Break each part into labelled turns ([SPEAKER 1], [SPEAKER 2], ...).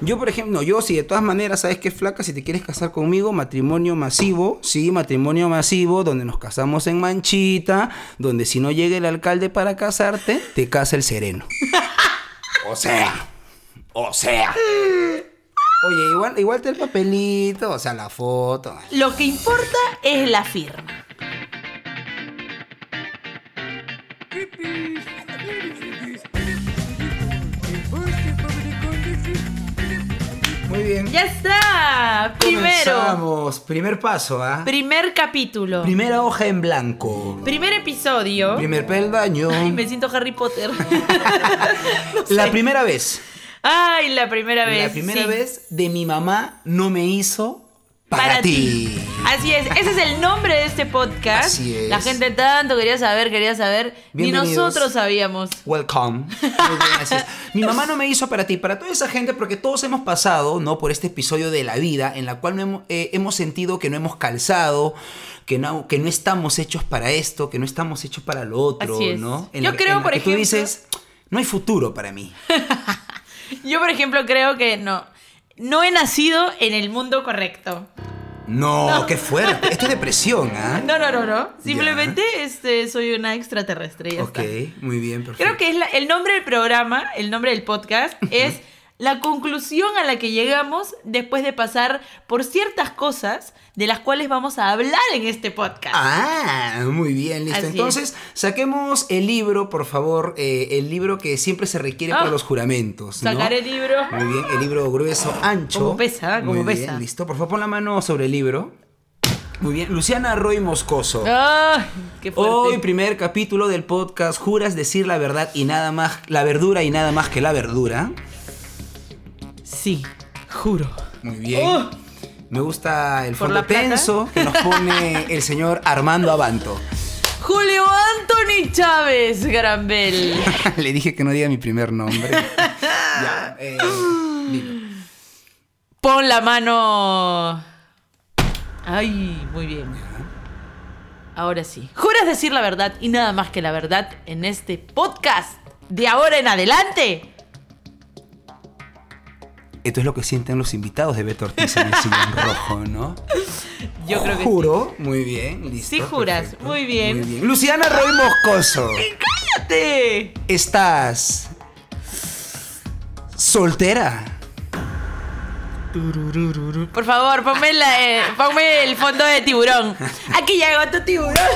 [SPEAKER 1] Yo, por ejemplo, no, yo si de todas maneras sabes que es flaca, si te quieres casar conmigo, matrimonio masivo, sí, matrimonio masivo, donde nos casamos en manchita, donde si no llega el alcalde para casarte, te casa el sereno. O sea, o sea. Oye, igual, igual te el papelito, o sea, la foto.
[SPEAKER 2] Lo que importa es la firma.
[SPEAKER 1] Muy bien.
[SPEAKER 2] ¡Ya está! Primero.
[SPEAKER 1] Comenzamos. Primer paso, ¿ah?
[SPEAKER 2] Primer capítulo.
[SPEAKER 1] Primera hoja en blanco.
[SPEAKER 2] primer episodio.
[SPEAKER 1] Primer peldaño.
[SPEAKER 2] Ay, me siento Harry Potter.
[SPEAKER 1] La primera vez.
[SPEAKER 2] Ay, la primera vez.
[SPEAKER 1] La primera
[SPEAKER 2] sí.
[SPEAKER 1] vez de mi mamá no me hizo para,
[SPEAKER 2] Para,
[SPEAKER 1] ti.
[SPEAKER 2] ti. Así es, ese es el nombre de este podcast.
[SPEAKER 1] Así es.
[SPEAKER 2] La gente tanto quería saber, quería saber. Ni
[SPEAKER 1] Bienvenidos.
[SPEAKER 2] nosotros sabíamos.
[SPEAKER 1] Welcome. Muy bien, así es. Mi mamá no me hizo para ti, para toda esa gente, porque todos hemos pasado, ¿no? Por este episodio de la vida en la cual no hemos, eh, hemos sentido que no hemos calzado, que no, que no estamos hechos para esto, que no estamos hechos para lo otro,
[SPEAKER 2] Así es.
[SPEAKER 1] ¿no?
[SPEAKER 2] Yo
[SPEAKER 1] la-
[SPEAKER 2] creo,
[SPEAKER 1] la
[SPEAKER 2] por
[SPEAKER 1] que tú
[SPEAKER 2] ejemplo-
[SPEAKER 1] dices, no hay futuro para mí.
[SPEAKER 2] Yo, por ejemplo, creo que no. No he nacido en el mundo correcto.
[SPEAKER 1] No, qué fuerte. Esto es depresión, ¿ah?
[SPEAKER 2] No, no, no, no. Simplemente este, soy una extraterrestre. Ya
[SPEAKER 1] ok,
[SPEAKER 2] está.
[SPEAKER 1] muy bien, perfecto.
[SPEAKER 2] Creo que es la- el nombre del programa, el nombre del podcast, es la conclusión a la que llegamos después de pasar por ciertas cosas de las cuales vamos a hablar en este podcast.
[SPEAKER 1] Ah, muy bien, listo.
[SPEAKER 2] Así es.
[SPEAKER 1] Entonces, saquemos el libro, por favor, eh, el libro que siempre se requiere
[SPEAKER 2] Ah.
[SPEAKER 1] para los juramentos. ¿no?
[SPEAKER 2] Sacar el libro.
[SPEAKER 1] Muy bien, el libro grueso, ancho.
[SPEAKER 2] Como pesa, ¿eh? como
[SPEAKER 1] Muy bien,
[SPEAKER 2] pesa.
[SPEAKER 1] listo. Por favor, pon la mano sobre el libro. Muy bien, Luciana Roy Moscoso.
[SPEAKER 2] Ay, qué fuerte.
[SPEAKER 1] Hoy, primer capítulo del podcast, juras decir la verdad y nada más, la verdura y nada más que la verdura.
[SPEAKER 2] Sí, juro.
[SPEAKER 1] Muy bien.
[SPEAKER 2] Oh.
[SPEAKER 1] Me gusta el
[SPEAKER 2] ¿Por
[SPEAKER 1] fondo
[SPEAKER 2] la plata?
[SPEAKER 1] tenso que nos pone el señor Armando Abanto.
[SPEAKER 2] Julio Anthony Chávez Granbel.
[SPEAKER 1] Le dije que no diga mi primer nombre. ya, eh, dilo.
[SPEAKER 2] Pon la mano. Ay, muy bien. Ahora sí. ¿Juras decir la verdad y nada más que la verdad en este podcast? De ahora en adelante.
[SPEAKER 1] Esto es lo que sienten los invitados de Beto Ortiz en el sillón rojo, ¿no?
[SPEAKER 2] Yo creo que sí.
[SPEAKER 1] Juro. Muy bien, listo.
[SPEAKER 2] Sí juras, muy bien.
[SPEAKER 1] Luciana Roy Moscoso,
[SPEAKER 2] ¡Cállate!
[SPEAKER 1] estás soltera.
[SPEAKER 2] Por favor, ponme, la, eh, ponme el fondo de tiburón. Aquí llegó tu tiburón.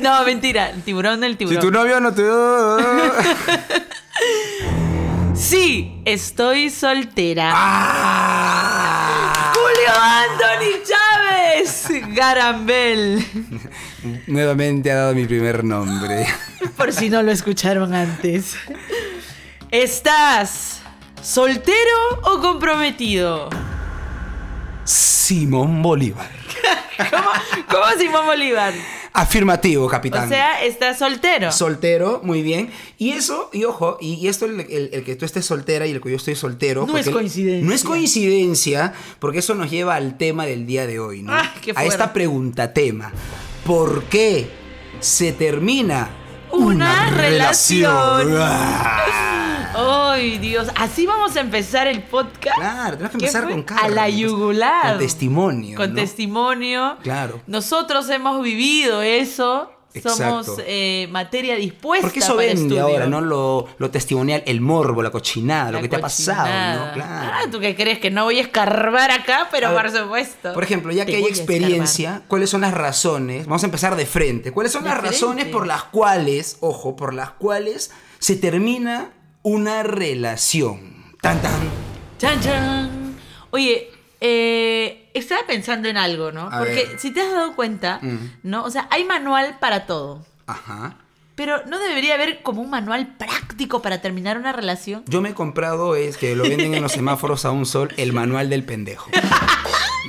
[SPEAKER 2] No, mentira. El tiburón del tiburón.
[SPEAKER 1] novio no te...
[SPEAKER 2] Sí, estoy soltera.
[SPEAKER 1] ¡Ah!
[SPEAKER 2] Julio Anthony Chávez Garambel.
[SPEAKER 1] Nuevamente ha dado mi primer nombre.
[SPEAKER 2] Por si no lo escucharon antes. ¿Estás soltero o comprometido?
[SPEAKER 1] Simón Bolívar.
[SPEAKER 2] ¿Cómo, cómo Simón Bolívar?
[SPEAKER 1] Afirmativo, capitán.
[SPEAKER 2] O sea, estás soltero.
[SPEAKER 1] Soltero, muy bien. Y eso, y ojo, y, y esto, el, el- el que tú estés soltera y el que yo estoy soltero.
[SPEAKER 2] No
[SPEAKER 1] porque
[SPEAKER 2] es
[SPEAKER 1] el-
[SPEAKER 2] coincidencia.
[SPEAKER 1] No es coincidencia, porque eso nos lleva al tema del día de hoy, ¿no?
[SPEAKER 2] Ah, qué
[SPEAKER 1] A esta
[SPEAKER 2] fuerte.
[SPEAKER 1] pregunta tema. ¿Por qué se termina
[SPEAKER 2] Una relación.
[SPEAKER 1] Ah,
[SPEAKER 2] Ay, Dios. Así vamos a empezar el podcast.
[SPEAKER 1] Claro, tenemos que
[SPEAKER 2] ¿Qué
[SPEAKER 1] empezar
[SPEAKER 2] fue?
[SPEAKER 1] con cara,
[SPEAKER 2] A la
[SPEAKER 1] con tes-
[SPEAKER 2] yugular.
[SPEAKER 1] con testimonio,
[SPEAKER 2] Con
[SPEAKER 1] ¿no?
[SPEAKER 2] testimonio.
[SPEAKER 1] Claro.
[SPEAKER 2] Nosotros hemos vivido eso.
[SPEAKER 1] Exacto.
[SPEAKER 2] Somos eh, materia dispuesta.
[SPEAKER 1] Porque eso
[SPEAKER 2] para
[SPEAKER 1] vende
[SPEAKER 2] estudio.
[SPEAKER 1] ahora, ¿no? Lo, lo testimonial, el morbo, la cochinada, lo
[SPEAKER 2] La
[SPEAKER 1] que te ha pasado,
[SPEAKER 2] cochinada.
[SPEAKER 1] ¿no? Claro.
[SPEAKER 2] Ah, ¿tú qué crees? Que no voy a escarbar acá, pero
[SPEAKER 1] A ver,
[SPEAKER 2] por supuesto.
[SPEAKER 1] Por ejemplo, ya
[SPEAKER 2] Te
[SPEAKER 1] que hay
[SPEAKER 2] voy a
[SPEAKER 1] experiencia, ¿cuáles son las razones? Vamos a empezar de frente. ¿Cuáles son
[SPEAKER 2] De
[SPEAKER 1] las
[SPEAKER 2] frente.
[SPEAKER 1] razones por las cuales, ojo, por las cuales se termina una relación? Tan tan.
[SPEAKER 2] escarbar. Chan, chan. Oye, eh, estaba pensando en algo, ¿no?
[SPEAKER 1] A
[SPEAKER 2] Porque
[SPEAKER 1] ver.
[SPEAKER 2] si te has dado cuenta,
[SPEAKER 1] Mm.
[SPEAKER 2] ¿no? O sea, hay manual para todo.
[SPEAKER 1] Ajá.
[SPEAKER 2] Pero no debería haber como un manual práctico para terminar una relación.
[SPEAKER 1] Yo me he comprado es que lo venden en los semáforos a un sol, el manual del pendejo.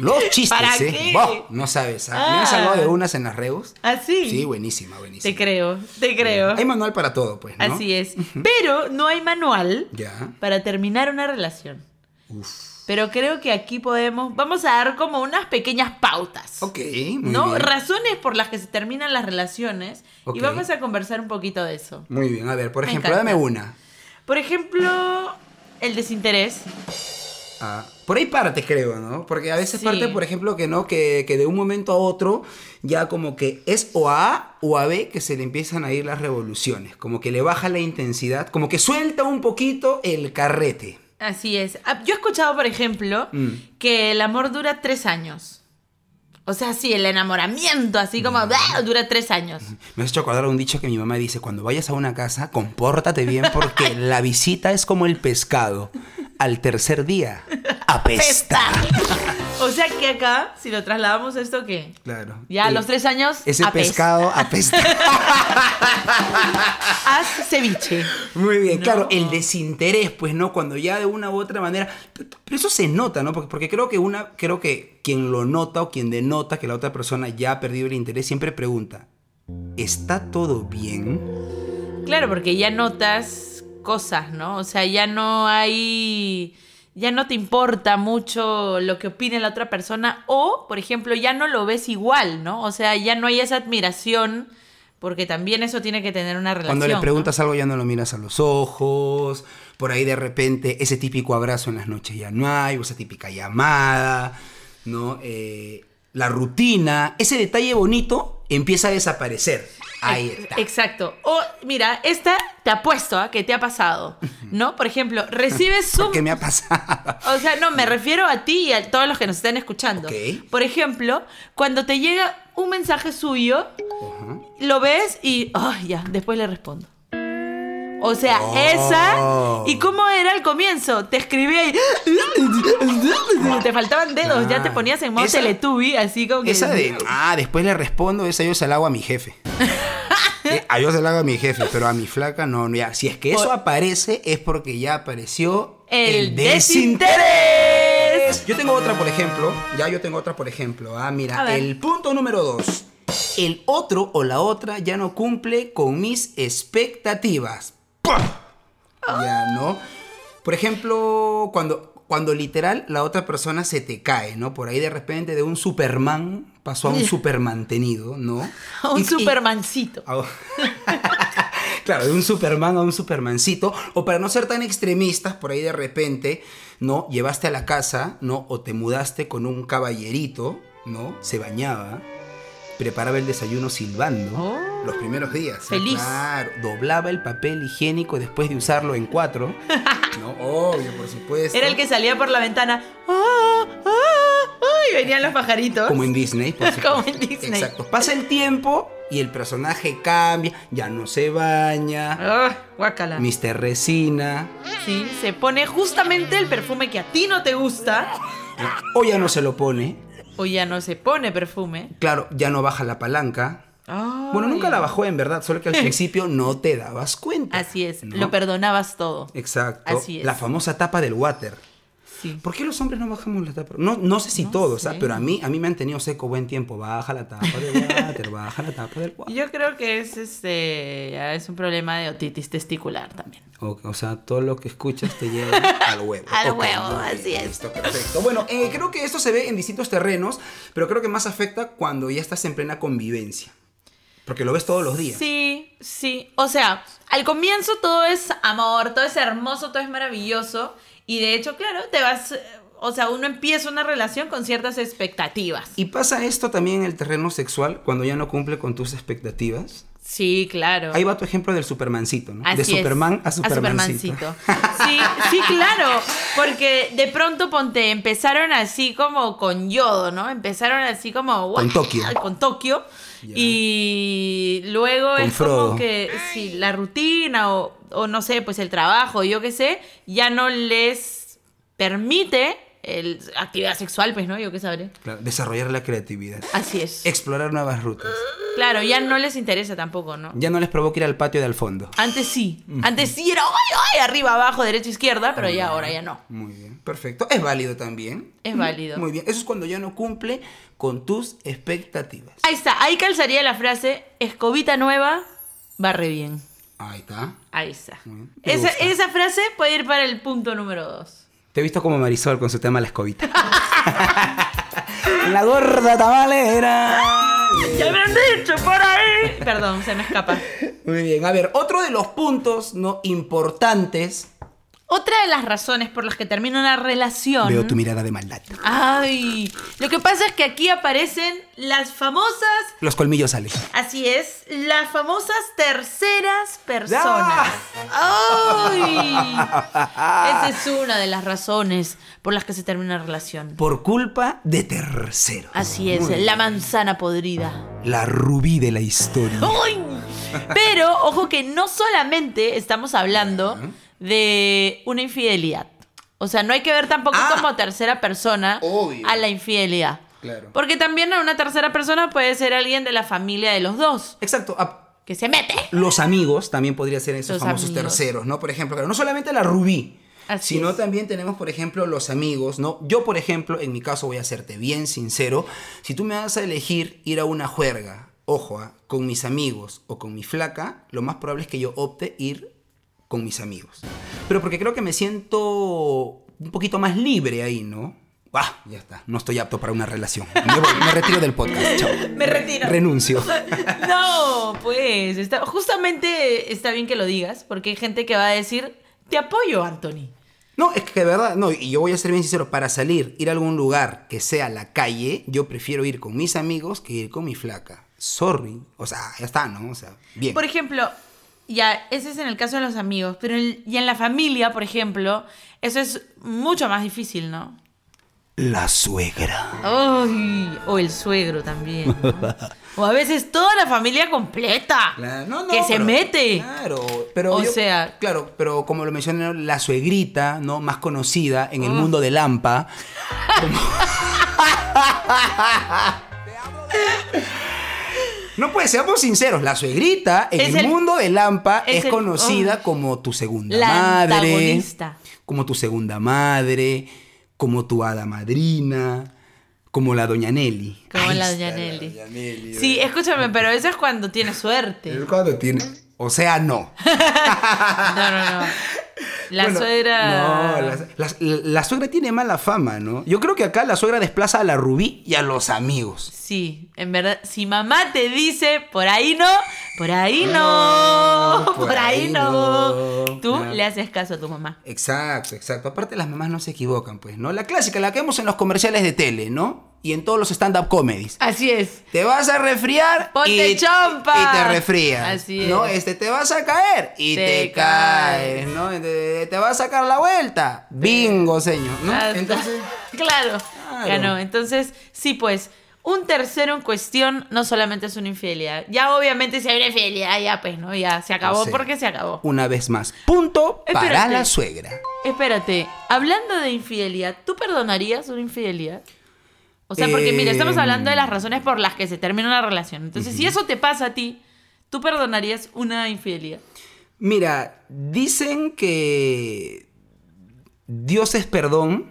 [SPEAKER 1] Los chistes,
[SPEAKER 2] ¿Para
[SPEAKER 1] ¿eh?
[SPEAKER 2] qué?
[SPEAKER 1] Bah, no sabes. ¿ah? Me
[SPEAKER 2] Ah.
[SPEAKER 1] han salvado de unas en las reus.
[SPEAKER 2] Así.
[SPEAKER 1] Sí, buenísima, buenísima.
[SPEAKER 2] Ah, Te creo, te creo.
[SPEAKER 1] Hay manual para todo, pues, ¿no?
[SPEAKER 2] Así es. Pero no hay manual
[SPEAKER 1] Ya.
[SPEAKER 2] para terminar una relación.
[SPEAKER 1] Uf.
[SPEAKER 2] Pero creo que aquí podemos, vamos a dar como unas pequeñas pautas.
[SPEAKER 1] Ok, muy
[SPEAKER 2] ¿No?
[SPEAKER 1] bien.
[SPEAKER 2] Razones por las que se terminan las relaciones.
[SPEAKER 1] Ok.
[SPEAKER 2] Y vamos a conversar un poquito de eso.
[SPEAKER 1] Muy bien, a ver, por
[SPEAKER 2] Me
[SPEAKER 1] ejemplo,
[SPEAKER 2] encanta.
[SPEAKER 1] dame una.
[SPEAKER 2] Por ejemplo, el desinterés.
[SPEAKER 1] Ah, por ahí partes, creo, ¿no? Porque a veces
[SPEAKER 2] Sí.
[SPEAKER 1] parte, por ejemplo, que no, que, que de un momento a otro ya como que es o a A o a B que se le empiezan a ir las revoluciones, como que le baja la intensidad, como que suelta un poquito el carrete.
[SPEAKER 2] Así es. Ah, Yo he escuchado, por ejemplo,
[SPEAKER 1] Mm.
[SPEAKER 2] que el amor dura tres años. O sea, sí, el enamoramiento, así como
[SPEAKER 1] Mm.
[SPEAKER 2] ¡bla! dura tres años.
[SPEAKER 1] Me has hecho acordar un dicho que mi mamá dice, cuando vayas a una casa, compórtate bien porque la visita es como el pescado. Al tercer día, apesta.
[SPEAKER 2] O sea que acá, si lo trasladamos a esto, ¿qué?
[SPEAKER 1] Claro.
[SPEAKER 2] Ya a
[SPEAKER 1] Eh,
[SPEAKER 2] los tres años,
[SPEAKER 1] Ese
[SPEAKER 2] apesta.
[SPEAKER 1] pescado apesta.
[SPEAKER 2] haz ceviche.
[SPEAKER 1] Muy bien,
[SPEAKER 2] No.
[SPEAKER 1] claro, el desinterés, pues, ¿no? Cuando ya de una u otra manera. Pero pero eso se nota, ¿no? Porque, porque creo que una, creo que quien lo nota o quien denota que la otra persona ya ha perdido el interés, siempre pregunta. ¿Está todo bien?
[SPEAKER 2] Claro, porque ya notas cosas, ¿no? O sea, ya no hay. Ya no te importa mucho lo que opine la otra persona. O, por ejemplo, ya no lo ves igual, ¿no? O sea, ya no hay esa admiración. Porque también eso tiene que tener una relación.
[SPEAKER 1] Cuando le
[SPEAKER 2] ¿no?
[SPEAKER 1] preguntas algo ya no lo miras a los ojos, por ahí de repente ese típico abrazo en las noches ya no hay, o esa típica llamada, ¿no? Eh, la rutina, ese detalle bonito empieza a desaparecer. Ahí
[SPEAKER 2] Ex-
[SPEAKER 1] está.
[SPEAKER 2] Exacto. O, mira, esta te apuesto a que te ha pasado, ¿no? Por ejemplo, recibes un
[SPEAKER 1] ¿Qué me ha pasado?
[SPEAKER 2] O sea, no, me refiero a ti y a todos los que nos están escuchando.
[SPEAKER 1] Ok.
[SPEAKER 2] Por ejemplo, cuando te llega un mensaje suyo,
[SPEAKER 1] Ajá.
[SPEAKER 2] lo ves y, oh, ya, después le respondo. O sea,
[SPEAKER 1] Oh.
[SPEAKER 2] esa... ¿Y cómo era al comienzo? Te escribía y... Te faltaban dedos, ya te ponías en modo
[SPEAKER 1] Ah. Esa-
[SPEAKER 2] teletubby, así como que...
[SPEAKER 1] Esa de, ah, después le respondo, esa yo se la hago a mi jefe. Eh, A yo se la hago a mi jefe, pero a mi flaca no, no, ya. Si es que eso
[SPEAKER 2] Por-
[SPEAKER 1] aparece, es porque ya apareció
[SPEAKER 2] El,
[SPEAKER 1] desinterés.
[SPEAKER 2] desinterés.
[SPEAKER 1] Yo tengo otra, por ejemplo. Ya yo tengo otra, por ejemplo. Ah,
[SPEAKER 2] A
[SPEAKER 1] mira,
[SPEAKER 2] ver.
[SPEAKER 1] el punto número dos. El otro o la otra ya no cumple con mis expectativas. ¡Pah! Ya, ¿no? Por ejemplo, cuando, cuando literal la otra persona se te cae, ¿no? Por ahí de repente de un Superman pasó a un supermantenido, ¿no?
[SPEAKER 2] Un
[SPEAKER 1] Y- y-
[SPEAKER 2] supermancito.
[SPEAKER 1] a- claro, de un Superman a un Supermancito. O para no ser tan extremistas, por ahí de repente, ¿no? Llevaste a la casa, ¿no? O te mudaste con un caballerito, ¿no? Se bañaba, preparaba el desayuno silbando.
[SPEAKER 2] Oh.
[SPEAKER 1] Los primeros días.
[SPEAKER 2] Feliz.
[SPEAKER 1] Claro, doblaba el papel higiénico después de usarlo en cuatro. No, obvio, por supuesto.
[SPEAKER 2] Era el que salía por la ventana. "Ah, ah, ah", y venían los pajaritos.
[SPEAKER 1] Como en Disney, por supuesto.
[SPEAKER 2] Como en Disney.
[SPEAKER 1] Exacto. Pasa el tiempo y el personaje cambia, ya no se baña,
[SPEAKER 2] Ah, guácala.
[SPEAKER 1] Mr. Resina.
[SPEAKER 2] Sí, se pone justamente el perfume que a ti no te gusta.
[SPEAKER 1] O ya no se lo pone.
[SPEAKER 2] O ya no se pone perfume.
[SPEAKER 1] Claro, ya no baja la palanca. Bueno, nunca
[SPEAKER 2] Ay.
[SPEAKER 1] la bajó en verdad, solo que al principio no te dabas cuenta.
[SPEAKER 2] Así es,
[SPEAKER 1] ¿no? Eh,
[SPEAKER 2] lo perdonabas todo.
[SPEAKER 1] Exacto.
[SPEAKER 2] Así es.
[SPEAKER 1] La famosa tapa del water.
[SPEAKER 2] Sí.
[SPEAKER 1] ¿Por qué los hombres no bajamos la tapa? No, no sé si
[SPEAKER 2] No
[SPEAKER 1] todos,
[SPEAKER 2] sé.
[SPEAKER 1] ¿ah? pero a mí, a mí me han tenido seco buen tiempo. Baja la tapa del water, baja la tapa del water.
[SPEAKER 2] Yo creo que es este ya es un problema de otitis testicular también.
[SPEAKER 1] O, o sea, todo lo que escuchas te lleva al huevo.
[SPEAKER 2] Al
[SPEAKER 1] Ok,
[SPEAKER 2] huevo,
[SPEAKER 1] muy bien,
[SPEAKER 2] así es.
[SPEAKER 1] Listo, perfecto. Bueno, eh, creo que esto se ve en distintos terrenos, pero creo que más afecta cuando ya estás en plena convivencia. Porque lo ves todos los días.
[SPEAKER 2] Sí, sí. O sea, al comienzo todo es amor, todo es hermoso, todo es maravilloso. Y de hecho, claro, te vas. eh, O sea, uno empieza una relación con ciertas expectativas.
[SPEAKER 1] Y pasa esto también en el terreno sexual, cuando ya no cumple con tus expectativas.
[SPEAKER 2] Sí, claro.
[SPEAKER 1] Ahí va tu ejemplo del Supermancito, ¿no? de
[SPEAKER 2] Así es.
[SPEAKER 1] Superman a Supermancito.
[SPEAKER 2] Supermancito. Sí, sí, claro. Porque de pronto ponte, empezaron así como con yodo, ¿no? Empezaron así como
[SPEAKER 1] Con
[SPEAKER 2] "Guau",
[SPEAKER 1] Tokio.
[SPEAKER 2] Con Tokio.
[SPEAKER 1] Ya.
[SPEAKER 2] Y luego
[SPEAKER 1] Con
[SPEAKER 2] es
[SPEAKER 1] Frodo.
[SPEAKER 2] como que sí, la rutina o, o no sé, pues el trabajo, yo qué sé, ya no les permite el actividad sexual, pues, ¿no? Yo qué sabré.
[SPEAKER 1] Claro, desarrollar la creatividad.
[SPEAKER 2] Así es.
[SPEAKER 1] Explorar nuevas rutas.
[SPEAKER 2] Claro, ya no les interesa tampoco, ¿no?
[SPEAKER 1] Ya no les provoca ir al patio de al fondo.
[SPEAKER 2] Antes sí. Antes sí era ay, ay, arriba, abajo, derecha, izquierda, pero ya ahora ya no.
[SPEAKER 1] Muy bien, perfecto. Es válido también.
[SPEAKER 2] Es válido.
[SPEAKER 1] Muy bien, eso es cuando ya no cumple con tus expectativas.
[SPEAKER 2] Ahí está, ahí calzaría la frase, escobita nueva, barre bien.
[SPEAKER 1] Ahí está.
[SPEAKER 2] Ahí está.
[SPEAKER 1] Muy bien. Me
[SPEAKER 2] Esa,
[SPEAKER 1] gusta.
[SPEAKER 2] esa frase puede ir para el punto número dos.
[SPEAKER 1] Te he visto como Marisol con su tema La Escobita. la gorda tamalera.
[SPEAKER 2] ¡Ya me han dicho por ahí! Perdón, se me escapa.
[SPEAKER 1] Muy bien, a ver, otro de los puntos no importantes
[SPEAKER 2] Otra de las razones por las que termina una relación.
[SPEAKER 1] Veo tu mirada de maldad.
[SPEAKER 2] Ay, lo que pasa es que aquí aparecen las famosas
[SPEAKER 1] Los colmillos salen.
[SPEAKER 2] Así es, las famosas terceras personas.
[SPEAKER 1] Ah.
[SPEAKER 2] ¡Ay! Esa es una de las razones por las que se termina una relación.
[SPEAKER 1] Por culpa de tercero.
[SPEAKER 2] Así es,
[SPEAKER 1] Muy bien.
[SPEAKER 2] la manzana podrida.
[SPEAKER 1] La rubí de la historia.
[SPEAKER 2] ¡Ay! Pero ojo que no solamente estamos hablando de una infidelidad. O sea, no hay que ver tampoco
[SPEAKER 1] Ah.
[SPEAKER 2] como tercera persona
[SPEAKER 1] Obvio.
[SPEAKER 2] a la infidelidad.
[SPEAKER 1] Claro.
[SPEAKER 2] Porque también una tercera persona puede ser alguien de la familia de los dos
[SPEAKER 1] Exacto. ah,
[SPEAKER 2] que se mete.
[SPEAKER 1] Los amigos también podría ser esos
[SPEAKER 2] Los
[SPEAKER 1] famosos
[SPEAKER 2] amigos.
[SPEAKER 1] terceros, ¿no? Por ejemplo, claro, no solamente la rubí,
[SPEAKER 2] Así
[SPEAKER 1] sino
[SPEAKER 2] es.
[SPEAKER 1] también tenemos, por ejemplo, los amigos, ¿no? Yo, por ejemplo, en mi caso voy a serte bien sincero, si tú me vas a elegir ir a una juerga, ojo, ah, con mis amigos o con mi flaca, lo más probable es que yo opte ir con mis amigos. Pero porque creo que me siento un poquito más libre ahí, ¿no? Bah, ya está, no estoy apto para una relación. Me, voy, me retiro del podcast, chao.
[SPEAKER 2] Me retiro.
[SPEAKER 1] Renuncio.
[SPEAKER 2] No, pues, está- justamente está bien que lo digas, porque hay gente que va a decir, te apoyo, Anthony.
[SPEAKER 1] No, es que de verdad, no, y yo voy a ser bien sincero, para salir, ir a algún lugar que sea la calle, yo prefiero ir con mis amigos que ir con mi flaca. Sorry. O sea, ya está, ¿no? O sea, bien.
[SPEAKER 2] Por ejemplo, ya, ese es en el caso de los amigos, pero en- y en la familia, por ejemplo, eso es mucho más difícil, ¿no?
[SPEAKER 1] La suegra.
[SPEAKER 2] Ay, o el suegro también. ¿no? O a veces toda la familia completa que se
[SPEAKER 1] pero-
[SPEAKER 2] mete.
[SPEAKER 1] Claro, pero.
[SPEAKER 2] O
[SPEAKER 1] yo-
[SPEAKER 2] sea-
[SPEAKER 1] Claro, pero como lo mencioné, la suegrita, ¿no? Más conocida en el
[SPEAKER 2] Mm.
[SPEAKER 1] mundo de Lampa. Como- No, pues seamos sinceros, la suegrita en
[SPEAKER 2] Es
[SPEAKER 1] el,
[SPEAKER 2] el-
[SPEAKER 1] mundo de Lampa
[SPEAKER 2] es
[SPEAKER 1] es,
[SPEAKER 2] el-
[SPEAKER 1] conocida
[SPEAKER 2] oh.
[SPEAKER 1] como tu segunda
[SPEAKER 2] La
[SPEAKER 1] madre.
[SPEAKER 2] antagonista.
[SPEAKER 1] Como tu segunda madre, como tu hada madrina, como la doña Nelly.
[SPEAKER 2] Como
[SPEAKER 1] Ahí
[SPEAKER 2] la
[SPEAKER 1] está
[SPEAKER 2] doña Nelly.
[SPEAKER 1] Nelly,
[SPEAKER 2] Sí, escúchame, pero eso es cuando tienes suerte.
[SPEAKER 1] es cuando tiene. O sea, no.
[SPEAKER 2] No, no, no. La
[SPEAKER 1] Bueno,
[SPEAKER 2] suegra.
[SPEAKER 1] No, la, la- la suegra tiene mala fama, ¿no? Yo creo que acá la suegra desplaza a la rubí y a los amigos.
[SPEAKER 2] Sí, en verdad, si mamá te dice por ahí no, por ahí
[SPEAKER 1] Ah,
[SPEAKER 2] no, por, ahí, no, tú
[SPEAKER 1] Claro.
[SPEAKER 2] le haces caso a tu mamá.
[SPEAKER 1] Exacto, exacto. Aparte, las mamás no se equivocan, pues, ¿no? La clásica, la que vemos en los comerciales de tele, ¿no? Y en todos los stand-up comedies.
[SPEAKER 2] Así es.
[SPEAKER 1] Te vas a resfriar
[SPEAKER 2] Ponte
[SPEAKER 1] y,
[SPEAKER 2] chompa.
[SPEAKER 1] y te resfrías.
[SPEAKER 2] Así es.
[SPEAKER 1] No, este te vas a caer y
[SPEAKER 2] Te
[SPEAKER 1] te, caes, ¿no? Te, te vas a sacar la vuelta. Bingo, señor, ¿no?
[SPEAKER 2] Ah,
[SPEAKER 1] Entonces,
[SPEAKER 2] claro,
[SPEAKER 1] Claro.
[SPEAKER 2] ganó. Entonces, sí, pues, un tercero en cuestión no solamente es una infidelidad. Ya, obviamente, si hay una infidelidad, ya, pues, ¿no? Ya se acabó
[SPEAKER 1] Sí.
[SPEAKER 2] porque se acabó.
[SPEAKER 1] una vez más, punto para
[SPEAKER 2] Espérate.
[SPEAKER 1] la suegra.
[SPEAKER 2] Espérate, hablando de infidelidad, ¿tú perdonarías una infidelidad? O sea, porque mira,
[SPEAKER 1] Eh,
[SPEAKER 2] estamos hablando de las razones por las que se termina una relación. Entonces, si eso te pasa a ti, ¿tú perdonarías una infidelidad?
[SPEAKER 1] Mira, dicen que Dios es perdón.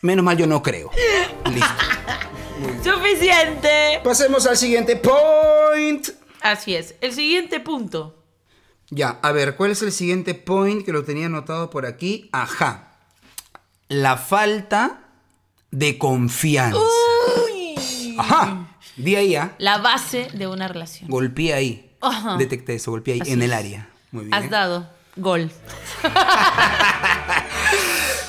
[SPEAKER 1] Menos mal yo no creo. Listo.
[SPEAKER 2] Suficiente.
[SPEAKER 1] Pasemos al siguiente point.
[SPEAKER 2] Así es. El siguiente punto.
[SPEAKER 1] Ya, a ver, ¿cuál es el siguiente point que lo tenía anotado por aquí? Ajá. La falta de confianza. Ajá. Di ahí, ¿ah?
[SPEAKER 2] La base de una relación.
[SPEAKER 1] Golpeé ahí.
[SPEAKER 2] Ajá.
[SPEAKER 1] Detecté eso, golpeé ahí,
[SPEAKER 2] Así
[SPEAKER 1] en el
[SPEAKER 2] es.
[SPEAKER 1] área. Muy bien.
[SPEAKER 2] Has dado gol.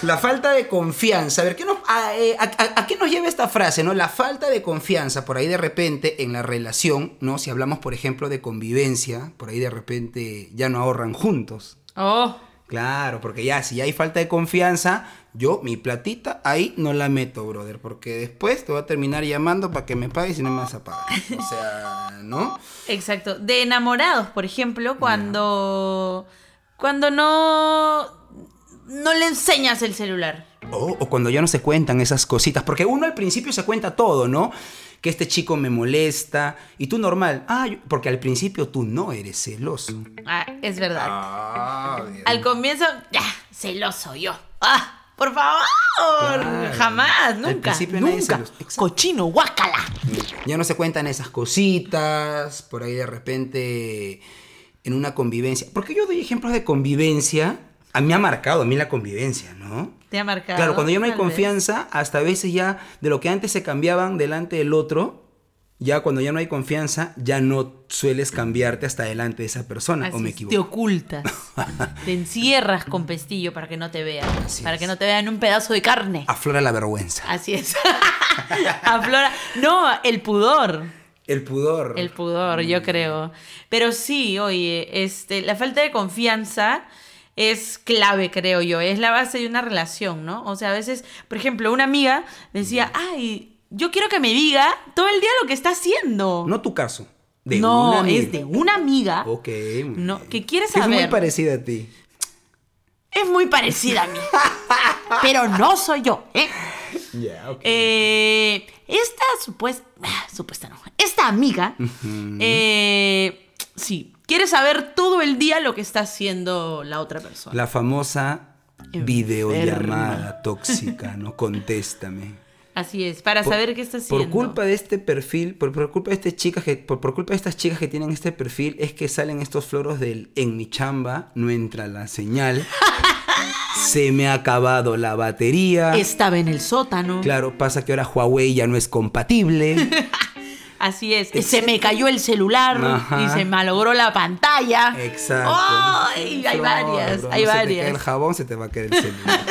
[SPEAKER 1] La falta de confianza. A ver, ¿qué nos, a, eh, a- a- a qué nos lleva esta frase, no? La falta de confianza, por ahí de repente, en la relación, ¿no? Si hablamos, por ejemplo, de convivencia, por ahí de repente ya no ahorran juntos.
[SPEAKER 2] Oh,
[SPEAKER 1] Claro, porque ya, si ya hay falta de confianza, yo mi platita ahí no la meto, brother, porque después te voy a terminar llamando para que me pagues y no me vas a pagar. O sea, ¿no?
[SPEAKER 2] exacto. De enamorados, por ejemplo, cuando. Cuando no. No le enseñas el celular.
[SPEAKER 1] O, o cuando ya no se cuentan esas cositas. Porque uno al principio se cuenta todo, ¿no? Que este chico me molesta. Y tú normal. Ah, yo- porque al principio tú no eres celoso.
[SPEAKER 2] Ah, es verdad. Al comienzo, ya, celoso yo. ¡Ah! ¡Por favor!
[SPEAKER 1] Claro.
[SPEAKER 2] Jamás,
[SPEAKER 1] Al
[SPEAKER 2] nunca.
[SPEAKER 1] principio nadie
[SPEAKER 2] nunca.
[SPEAKER 1] celoso. Exacto.
[SPEAKER 2] Cochino, guácala.
[SPEAKER 1] Ya no se cuentan esas cositas. Por ahí de repente en una convivencia. Porque yo doy ejemplos de convivencia. A mí ha marcado, a mí la convivencia, ¿no?
[SPEAKER 2] Te ha marcado.
[SPEAKER 1] Claro, cuando ya no hay
[SPEAKER 2] tal vez.
[SPEAKER 1] confianza, hasta a veces ya de lo que antes se cambiaban delante del otro, ya cuando ya no hay confianza, ya no sueles cambiarte hasta delante de esa persona,
[SPEAKER 2] Así
[SPEAKER 1] o me
[SPEAKER 2] es, Te
[SPEAKER 1] equivoco.
[SPEAKER 2] ocultas. te encierras con pestillo para que no te vean.
[SPEAKER 1] Así
[SPEAKER 2] para que
[SPEAKER 1] es. Ah.
[SPEAKER 2] no te vean un pedazo de carne.
[SPEAKER 1] Aflora la vergüenza.
[SPEAKER 2] Así es. Aflora. No, el pudor.
[SPEAKER 1] El pudor.
[SPEAKER 2] El pudor,
[SPEAKER 1] Mm.
[SPEAKER 2] yo creo. Pero sí, oye, este, la falta de confianza es clave, creo yo. Es la base de una relación, ¿no? O sea, a veces, por ejemplo, una amiga
[SPEAKER 1] Mm.
[SPEAKER 2] decía, ay, yo quiero que me diga todo el día lo que está haciendo.
[SPEAKER 1] No tu caso. De
[SPEAKER 2] no,
[SPEAKER 1] una amiga.
[SPEAKER 2] es de una amiga.
[SPEAKER 1] Ok. muy
[SPEAKER 2] No,
[SPEAKER 1] bien.
[SPEAKER 2] que quieres
[SPEAKER 1] Es muy
[SPEAKER 2] saber.
[SPEAKER 1] parecida a ti.
[SPEAKER 2] Es muy parecida a mí. pero no soy yo, ¿eh?
[SPEAKER 1] Ya, ok.
[SPEAKER 2] Eh, esta supuesta, supuesta no, esta amiga, eh, sí, quiere saber todo el día lo que está haciendo la otra persona.
[SPEAKER 1] La famosa
[SPEAKER 2] Enferma.
[SPEAKER 1] videollamada tóxica, ¿no? Contéstame.
[SPEAKER 2] Así es, para saber qué está haciendo.
[SPEAKER 1] Por culpa de este perfil, por, por culpa de estas chicas que, por, por culpa de estas chicas que tienen este perfil, es que salen estos floros del en mi chamba, no entra la señal. se me ha acabado la batería.
[SPEAKER 2] Estaba en el sótano.
[SPEAKER 1] Claro, pasa que ahora Huawei ya no es compatible.
[SPEAKER 2] Así es. Se me cayó el celular
[SPEAKER 1] Ajá.
[SPEAKER 2] y se malogró la pantalla.
[SPEAKER 1] Exacto.
[SPEAKER 2] ¡Ay! hay
[SPEAKER 1] Flor,
[SPEAKER 2] varias,
[SPEAKER 1] bro,
[SPEAKER 2] hay
[SPEAKER 1] no se te cae el
[SPEAKER 2] varias.
[SPEAKER 1] jabón se te va a caer el celular.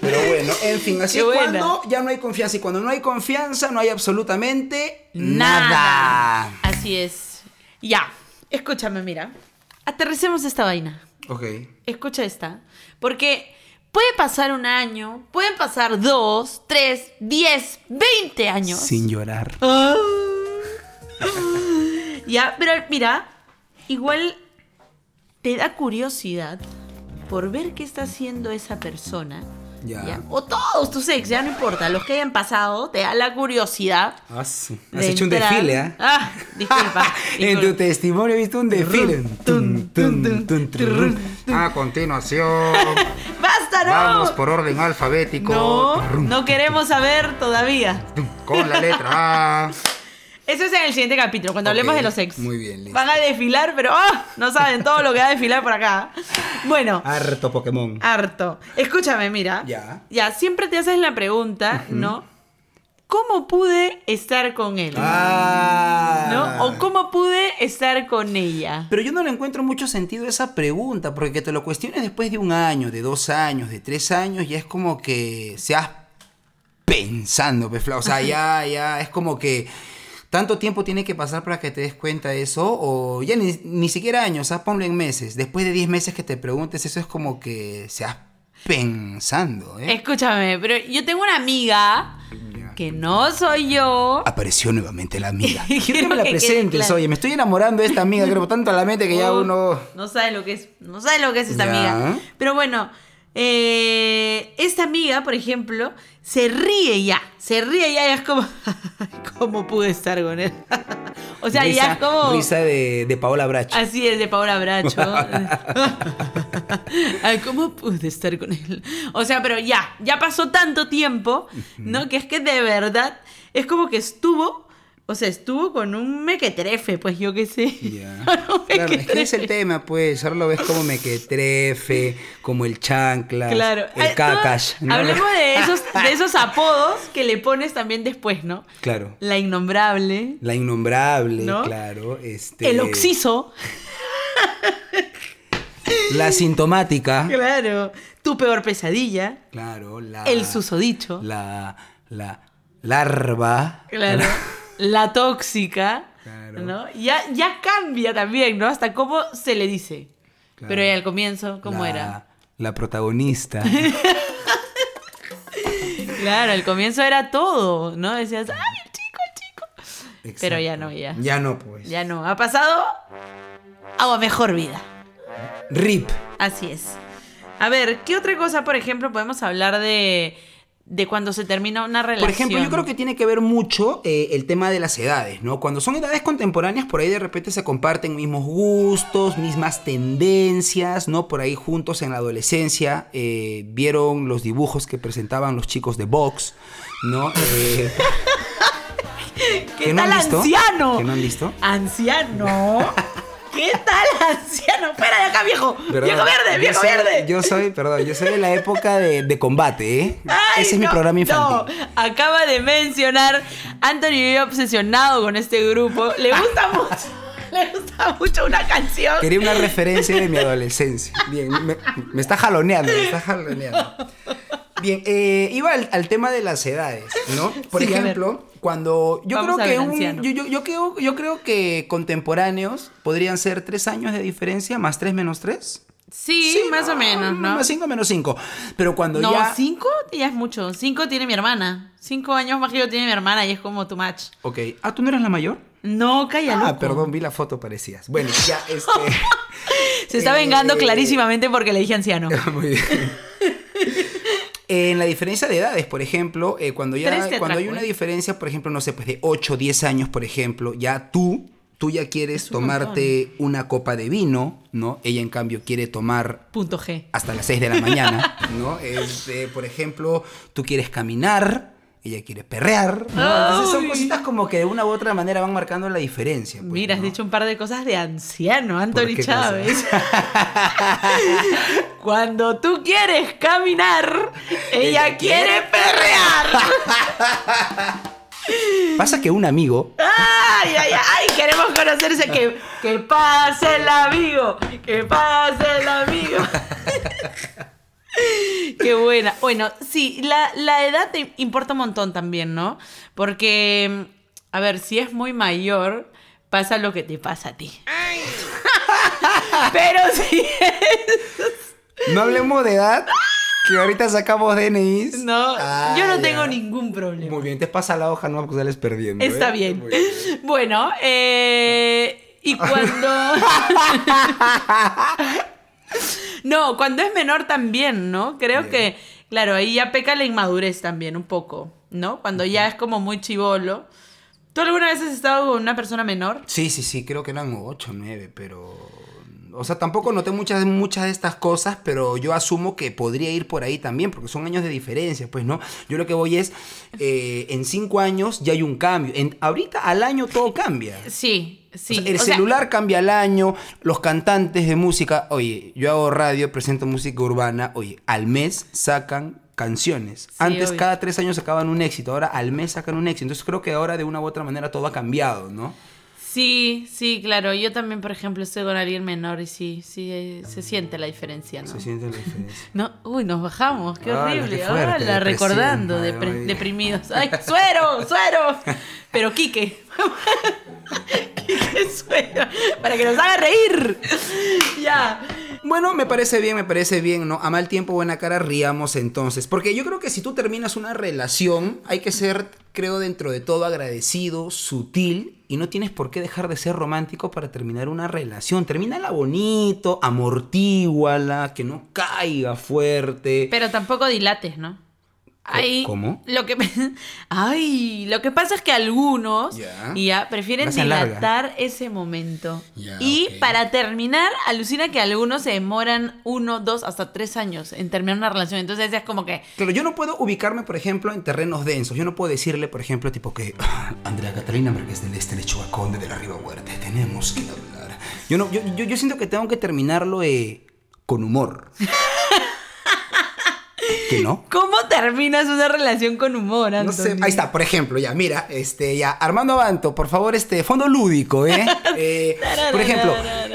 [SPEAKER 1] Pero bueno, en fin, así
[SPEAKER 2] Qué
[SPEAKER 1] es
[SPEAKER 2] buena.
[SPEAKER 1] cuando ya no hay confianza. Y cuando no hay confianza, no hay absolutamente
[SPEAKER 2] Nada.
[SPEAKER 1] nada.
[SPEAKER 2] Así es. Ya, escúchame, mira. Aterricemos esta vaina.
[SPEAKER 1] Ok.
[SPEAKER 2] Escucha esta. Porque puede pasar un año, pueden pasar dos, tres, diez, veinte años.
[SPEAKER 1] Sin llorar.
[SPEAKER 2] Ah. ya, pero mira, igual te da curiosidad por ver qué está haciendo esa persona.
[SPEAKER 1] Ya.
[SPEAKER 2] ¿ya? O todos tus ex, ya no importa, los que hayan pasado, te da la curiosidad.
[SPEAKER 1] Ah, su- Has
[SPEAKER 2] de
[SPEAKER 1] hecho un
[SPEAKER 2] entrar-
[SPEAKER 1] desfile, ¿ah?
[SPEAKER 2] Ah, disculpa.
[SPEAKER 1] En tu
[SPEAKER 2] disculpa.
[SPEAKER 1] testimonio he visto un desfile.
[SPEAKER 2] Tun, tun, tun, tun, tun.
[SPEAKER 1] A continuación,
[SPEAKER 2] ¡Basta, no!
[SPEAKER 1] orden alfabético.
[SPEAKER 2] No, no queremos saber todavía.
[SPEAKER 1] Con la letra A.
[SPEAKER 2] Eso es en el siguiente capítulo,
[SPEAKER 1] Ok,
[SPEAKER 2] cuando hablemos de los ex.
[SPEAKER 1] muy bien, listo.
[SPEAKER 2] Van a desfilar, pero ¡ah! no saben todo lo que va a desfilar por acá. Bueno,
[SPEAKER 1] Harto Pokémon.
[SPEAKER 2] Ah. harto. Escúchame, mira.
[SPEAKER 1] Ah. Ya.
[SPEAKER 2] Ya, siempre te haces la pregunta, ¿no? ¿Cómo pude estar con él?
[SPEAKER 1] Ah.
[SPEAKER 2] ¿No? ¿O cómo pude estar con ella?
[SPEAKER 1] Pero yo no le encuentro mucho sentido a esa pregunta, porque que te lo cuestiones después de un año, de dos años, de tres años, ya es como que seas pensando, pues, fla, o sea, ya, ya, es como que tanto tiempo tiene que pasar para que te des cuenta de eso, o ya ni, ni siquiera años, ah, ponlo en meses, después de diez meses que te preguntes eso es como que seas pensando, ¿eh?
[SPEAKER 2] Escúchame, pero yo tengo una amiga
[SPEAKER 1] Ya.
[SPEAKER 2] que no soy yo.
[SPEAKER 1] Apareció nuevamente la amiga. Quiero que
[SPEAKER 2] Quiero
[SPEAKER 1] me la
[SPEAKER 2] que quede
[SPEAKER 1] presentes,
[SPEAKER 2] claro.
[SPEAKER 1] oye, me estoy enamorando de esta amiga, creo tanto a la mente que ya
[SPEAKER 2] Oh,
[SPEAKER 1] uno...
[SPEAKER 2] No sabe lo que es. No sabe lo que es esta
[SPEAKER 1] Ya.
[SPEAKER 2] amiga. Pero bueno, eh, esta amiga, por ejemplo, se ríe ya. Se ríe ya y es como. ¿Cómo pude estar con él? o sea, ya es como.
[SPEAKER 1] risa de, de Paola Bracho.
[SPEAKER 2] Así es, de Paola Bracho. Ay, ¿Cómo pude estar con él? O sea, pero ya, ya pasó tanto tiempo, ¿no? Que es que de verdad es como que estuvo, o sea, estuvo con un mequetrefe, pues yo qué sé.
[SPEAKER 1] Ya.
[SPEAKER 2] Un
[SPEAKER 1] Claro, es que es
[SPEAKER 2] mequetrefe.
[SPEAKER 1] el tema, pues. Ahora lo ves como mequetrefe, como el chancla,
[SPEAKER 2] Claro. Ay,
[SPEAKER 1] el cacas.
[SPEAKER 2] todo-
[SPEAKER 1] ¿no?
[SPEAKER 2] Hablemos de esos, de esos apodos que le pones también después, ¿no?
[SPEAKER 1] Claro.
[SPEAKER 2] La innombrable,
[SPEAKER 1] La innombrable,
[SPEAKER 2] ¿No?
[SPEAKER 1] claro. Este,
[SPEAKER 2] el oxiso,
[SPEAKER 1] La sintomática.
[SPEAKER 2] claro, tu peor pesadilla,
[SPEAKER 1] Claro. La,
[SPEAKER 2] el susodicho,
[SPEAKER 1] Ah. La, la larva.
[SPEAKER 2] claro, la tóxica,
[SPEAKER 1] Claro.
[SPEAKER 2] ¿no? Ya, ya cambia también, ¿no? Hasta cómo se le dice.
[SPEAKER 1] Claro.
[SPEAKER 2] Pero al comienzo, ¿cómo
[SPEAKER 1] la-
[SPEAKER 2] era?
[SPEAKER 1] La protagonista.
[SPEAKER 2] Claro, al comienzo era todo, ¿no? Decías, ¡ay, el chico, el chico! Pero ya
[SPEAKER 1] Exacto.
[SPEAKER 2] no, ya.
[SPEAKER 1] Ya no, pues.
[SPEAKER 2] Ya no, ha pasado a mejor vida.
[SPEAKER 1] Rip.
[SPEAKER 2] Así es. A ver, ¿qué otra cosa, por ejemplo, podemos hablar de, de cuando se termina una relación?
[SPEAKER 1] Por ejemplo, yo creo que tiene que ver mucho eh, el tema de las edades, ¿no? Cuando son edades contemporáneas, por ahí de repente se comparten mismos gustos, mismas tendencias, ¿no? Por ahí juntos en la adolescencia eh, vieron los dibujos que presentaban los chicos de Vox, ¿no? Eh,
[SPEAKER 2] ¿Qué tal anciano?
[SPEAKER 1] ¿Que no han visto?
[SPEAKER 2] Anciano. ¿Qué tal, anciano? Espera de acá, viejo.
[SPEAKER 1] ¿Verdad?
[SPEAKER 2] Viejo verde,
[SPEAKER 1] Yo
[SPEAKER 2] viejo
[SPEAKER 1] soy-
[SPEAKER 2] verde.
[SPEAKER 1] Yo soy, perdón, yo soy de la época de, de combate, ¿eh?
[SPEAKER 2] Ay,
[SPEAKER 1] Ese es mi
[SPEAKER 2] no,
[SPEAKER 1] programa infantil.
[SPEAKER 2] no. acaba de mencionar, Anthony vive obsesionado con este grupo. Le gusta mucho, le gusta mucho una canción.
[SPEAKER 1] Quería una referencia de mi adolescencia. Bien, me, me está jaloneando, me está jaloneando. Bien, eh, iba al, al tema de las edades, ¿no? Por
[SPEAKER 2] Sí, a ver.
[SPEAKER 1] ejemplo, cuando yo
[SPEAKER 2] Vamos
[SPEAKER 1] creo
[SPEAKER 2] a
[SPEAKER 1] que
[SPEAKER 2] ver,
[SPEAKER 1] un-
[SPEAKER 2] anciano.
[SPEAKER 1] yo, yo- yo creo, yo creo que contemporáneos podrían ser tres años de diferencia más tres menos tres.
[SPEAKER 2] Sí, más
[SPEAKER 1] ¿no?
[SPEAKER 2] o menos, ¿no?
[SPEAKER 1] Más cinco menos cinco. Pero cuando
[SPEAKER 2] No,
[SPEAKER 1] ya.
[SPEAKER 2] cinco ya es mucho. Cinco tiene mi hermana. Cinco años más que yo tiene mi hermana y es como tu match.
[SPEAKER 1] Ok. Ah, ¿tú no eres la mayor?
[SPEAKER 2] No, calla,
[SPEAKER 1] Ah,
[SPEAKER 2] loco.
[SPEAKER 1] perdón, vi la foto parecías. Bueno, ya este.
[SPEAKER 2] Se está
[SPEAKER 1] Eh,
[SPEAKER 2] vengando clarísimamente porque le dije anciano.
[SPEAKER 1] Muy bien. En la diferencia de edades, por ejemplo, eh, cuando ya
[SPEAKER 2] Tres te
[SPEAKER 1] cuando hay
[SPEAKER 2] atraco,
[SPEAKER 1] una
[SPEAKER 2] ¿eh?
[SPEAKER 1] diferencia, por ejemplo, no sé, pues de 8, 10 años, por ejemplo, ya tú tú ya quieres
[SPEAKER 2] Es un
[SPEAKER 1] tomarte una copa de vino, ¿no? Ella en cambio quiere tomar
[SPEAKER 2] Punto G.
[SPEAKER 1] hasta las 6 de la mañana, ¿no? Este, por ejemplo, tú quieres caminar, ella quiere perrear, ¿no? Entonces son
[SPEAKER 2] Ay.
[SPEAKER 1] cositas como que de una u otra manera van marcando la diferencia. pues,
[SPEAKER 2] Mira, has
[SPEAKER 1] ¿no?
[SPEAKER 2] dicho un par de cosas de anciano, Anthony
[SPEAKER 1] qué cosa?
[SPEAKER 2] Chávez. Cuando tú quieres caminar, ella,
[SPEAKER 1] Ella
[SPEAKER 2] quiere,
[SPEAKER 1] quiere
[SPEAKER 2] perrear.
[SPEAKER 1] Pasa que un amigo
[SPEAKER 2] ¡Ay, ay, ay! Queremos conocerse. Que, que pase el amigo. Que pase el amigo. Qué buena. Bueno, sí, la, la edad te importa un montón también, ¿no? Porque, a ver, si es muy mayor, pasa lo que te pasa a ti. Pero sí.
[SPEAKER 1] No hablemos de edad, que ahorita sacamos DNIs.
[SPEAKER 2] No,
[SPEAKER 1] Ah,
[SPEAKER 2] yo no
[SPEAKER 1] ya.
[SPEAKER 2] tengo ningún problema.
[SPEAKER 1] Muy bien, te pasa la hoja, no porque sales perdiendo. ¿eh?
[SPEAKER 2] Está bien.
[SPEAKER 1] Muy bien.
[SPEAKER 2] Bueno, eh, y cuando... no, cuando es menor también, ¿no? Creo
[SPEAKER 1] Bien.
[SPEAKER 2] que, claro, ahí ya peca la inmadurez también un poco, ¿no? Cuando ya es como muy chivolo. ¿Tú alguna vez has estado con una persona menor?
[SPEAKER 1] Sí, sí, sí, creo que eran 8, 9, pero... O sea, tampoco noté muchas, muchas de estas cosas, pero yo asumo que podría ir por ahí también, porque son años de diferencia, pues, ¿no? Yo lo que voy es, eh, en 5 años ya hay un cambio. En, ahorita al año todo cambia.
[SPEAKER 2] Sí, sí.
[SPEAKER 1] O sea, el
[SPEAKER 2] O sea,
[SPEAKER 1] celular cambia al año, los cantantes de música, oye, yo hago radio, presento música urbana, oye, al mes sacan canciones. Antes
[SPEAKER 2] obvio.
[SPEAKER 1] cada tres años sacaban un éxito, ahora al mes sacan un éxito. Entonces creo que ahora de una u otra manera todo ha cambiado, ¿no?
[SPEAKER 2] sí, sí, claro. Yo también, por ejemplo, estoy con alguien menor y sí, sí, eh, se siente la diferencia, ¿no?
[SPEAKER 1] Se siente la diferencia.
[SPEAKER 2] No, uy, nos bajamos, qué
[SPEAKER 1] Ala,
[SPEAKER 2] horrible.
[SPEAKER 1] Ah, qué fuerte,
[SPEAKER 2] Ala,
[SPEAKER 1] depresión,
[SPEAKER 2] recordando,
[SPEAKER 1] madre
[SPEAKER 2] depre-
[SPEAKER 1] mía.
[SPEAKER 2] deprimidos. ¡Ay, suero, suero! Pero Quique. Quique, suero. Para que nos haga reír. Ya.
[SPEAKER 1] Bueno, me parece bien, me parece bien, ¿no? A mal tiempo, buena cara, riamos entonces. Porque yo creo que si tú terminas una relación, hay que ser, creo, dentro de todo agradecido, sutil, y no tienes por qué dejar de ser romántico para terminar una relación. Termínala bonito, amortíguala, que no caiga fuerte.
[SPEAKER 2] Pero tampoco dilates, ¿no? Ahí,
[SPEAKER 1] ¿Cómo?
[SPEAKER 2] Lo que, ay, lo que pasa es que algunos
[SPEAKER 1] Ya.
[SPEAKER 2] y ya prefieren
[SPEAKER 1] Más alarga.
[SPEAKER 2] dilatar ese momento.
[SPEAKER 1] Ya,
[SPEAKER 2] y
[SPEAKER 1] ok.
[SPEAKER 2] para terminar, alucina que algunos se demoran uno, dos, hasta tres años en terminar una relación. Entonces es como que,
[SPEAKER 1] Claro, yo no puedo ubicarme, por ejemplo, en terrenos densos. Yo no puedo decirle, por ejemplo, tipo que "Ah, Andrea Catalina Márquez del Este Lechuga Conde de la Riva Huerta, tenemos que hablar. Yo, no, yo, yo, yo siento que tengo que terminarlo eh, con humor. ¿Que no?
[SPEAKER 2] ¿Cómo terminas una relación con humor,
[SPEAKER 1] No
[SPEAKER 2] Anthony?
[SPEAKER 1] sé, ahí está, por ejemplo, ya, mira, este, ya, Armando Abanto, por favor, este, fondo lúdico, ¿eh? Eh, por ejemplo,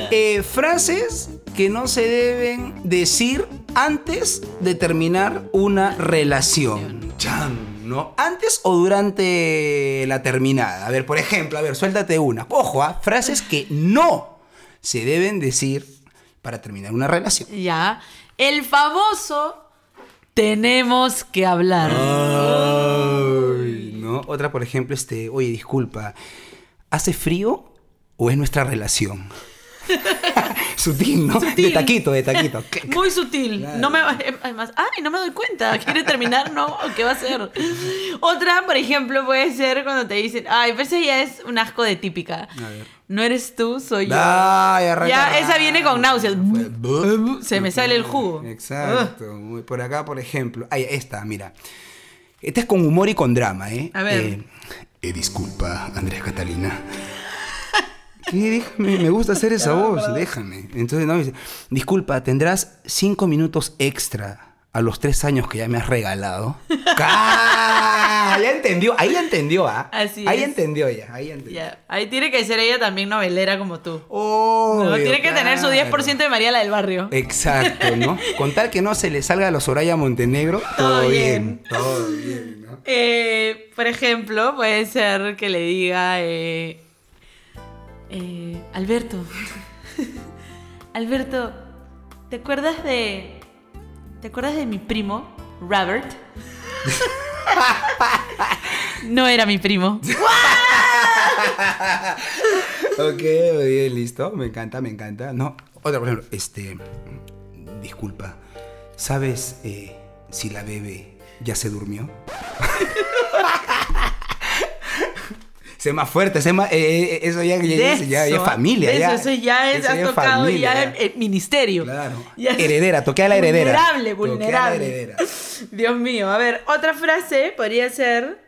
[SPEAKER 1] eh, frases que no se deben decir antes de terminar una relación. Chan, ¿no? Antes o durante la terminada. A ver, por ejemplo, a ver, suéltate una. Ojo, ¿ah? frases que no se deben decir para terminar una relación.
[SPEAKER 2] Ya. El famoso tenemos que hablar.
[SPEAKER 1] Ah. Ay, ¿no? Otra, por ejemplo, este, oye, disculpa, ¿hace frío o es nuestra relación? Sutil, ¿no? De taquito, de taquito.
[SPEAKER 2] Muy sutil.
[SPEAKER 1] Claro.
[SPEAKER 2] No me además, ay, no me doy cuenta. ¿Quiere terminar? No, ¿qué va a ser? Otra, por ejemplo, puede ser cuando te dicen, ay, pero esa ya es un asco de típica.
[SPEAKER 1] A ver.
[SPEAKER 2] No eres tú, soy yo.
[SPEAKER 1] Ay, arranca,
[SPEAKER 2] ya, esa viene con
[SPEAKER 1] arranca.
[SPEAKER 2] náuseas.
[SPEAKER 1] Fue-
[SPEAKER 2] Se me sale el jugo.
[SPEAKER 1] Exacto. Muy- Por acá, por ejemplo. Ay, esta, mira. Esta es con humor y con drama, ¿eh?
[SPEAKER 2] A ver.
[SPEAKER 1] Eh, eh, disculpa, Andrea Catalina. ¿Qué? Déjame, me gusta hacer esa voz, déjame. Entonces, no, me dice, disculpa, ¿tendrás cinco minutos extra a los tres años que ya me has regalado? ¡Ca! Ya entendió, ahí ya entendió, ¿ah?
[SPEAKER 2] Así
[SPEAKER 1] Ahí
[SPEAKER 2] es.
[SPEAKER 1] entendió ya, ahí entendió.
[SPEAKER 2] Ya, Ahí tiene que ser ella también novelera como tú.
[SPEAKER 1] Oh,
[SPEAKER 2] No, tiene que tener su 10% de María la del barrio.
[SPEAKER 1] Exacto, ¿no? Con tal que no se le salga a los Soraya Montenegro, todo,
[SPEAKER 2] Todo
[SPEAKER 1] bien.
[SPEAKER 2] bien.
[SPEAKER 1] todo bien, ¿no?
[SPEAKER 2] Eh, por ejemplo, puede ser que le diga eh, eh, Alberto. Alberto, ¿te acuerdas de. ¿Te acuerdas de mi primo, Robert? no era mi primo.
[SPEAKER 1] Ok, muy bien, listo, me encanta, me encanta. No, otra, por ejemplo, este, disculpa, ¿sabes eh, si la bebé ya se durmió? sé más fuerte, sé más, eh, eh, eso ya, ya, ya-
[SPEAKER 2] De
[SPEAKER 1] ya- ya
[SPEAKER 2] eso,
[SPEAKER 1] es familia.
[SPEAKER 2] de
[SPEAKER 1] ya,
[SPEAKER 2] eso, eso ya es,
[SPEAKER 1] eso
[SPEAKER 2] has
[SPEAKER 1] ya es
[SPEAKER 2] tocado
[SPEAKER 1] familia,
[SPEAKER 2] ya el, el ministerio.
[SPEAKER 1] Claro.
[SPEAKER 2] Ya es-
[SPEAKER 1] Heredera, toqué a la heredera.
[SPEAKER 2] Vulnerable,
[SPEAKER 1] Toqué a la
[SPEAKER 2] vulnerable.
[SPEAKER 1] heredera.
[SPEAKER 2] Dios mío, a ver, otra frase podría ser,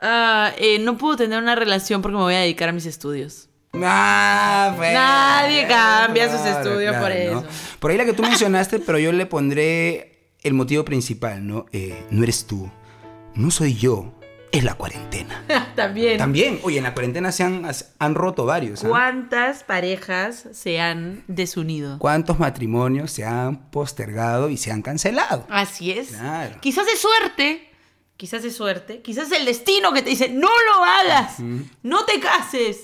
[SPEAKER 2] ah, eh, no puedo tener una relación porque me voy a dedicar a mis estudios.
[SPEAKER 1] Ah, pues,
[SPEAKER 2] Nadie cambia sus estudios por
[SPEAKER 1] ¿no?
[SPEAKER 2] eso.
[SPEAKER 1] Por ahí la que tú mencionaste, pero yo le pondré el motivo principal, ¿no? Eh, no eres tú, no soy yo, es la cuarentena.
[SPEAKER 2] También,
[SPEAKER 1] También, oye, en la cuarentena se han, as- han roto varios. ¿ah?
[SPEAKER 2] ¿cuántas parejas se han desunido?
[SPEAKER 1] ¿Cuántos matrimonios se han postergado y se han cancelado?
[SPEAKER 2] Así es.
[SPEAKER 1] Claro.
[SPEAKER 2] Quizás es suerte, quizás es suerte, quizás el destino que te dice, no lo hagas, no te cases.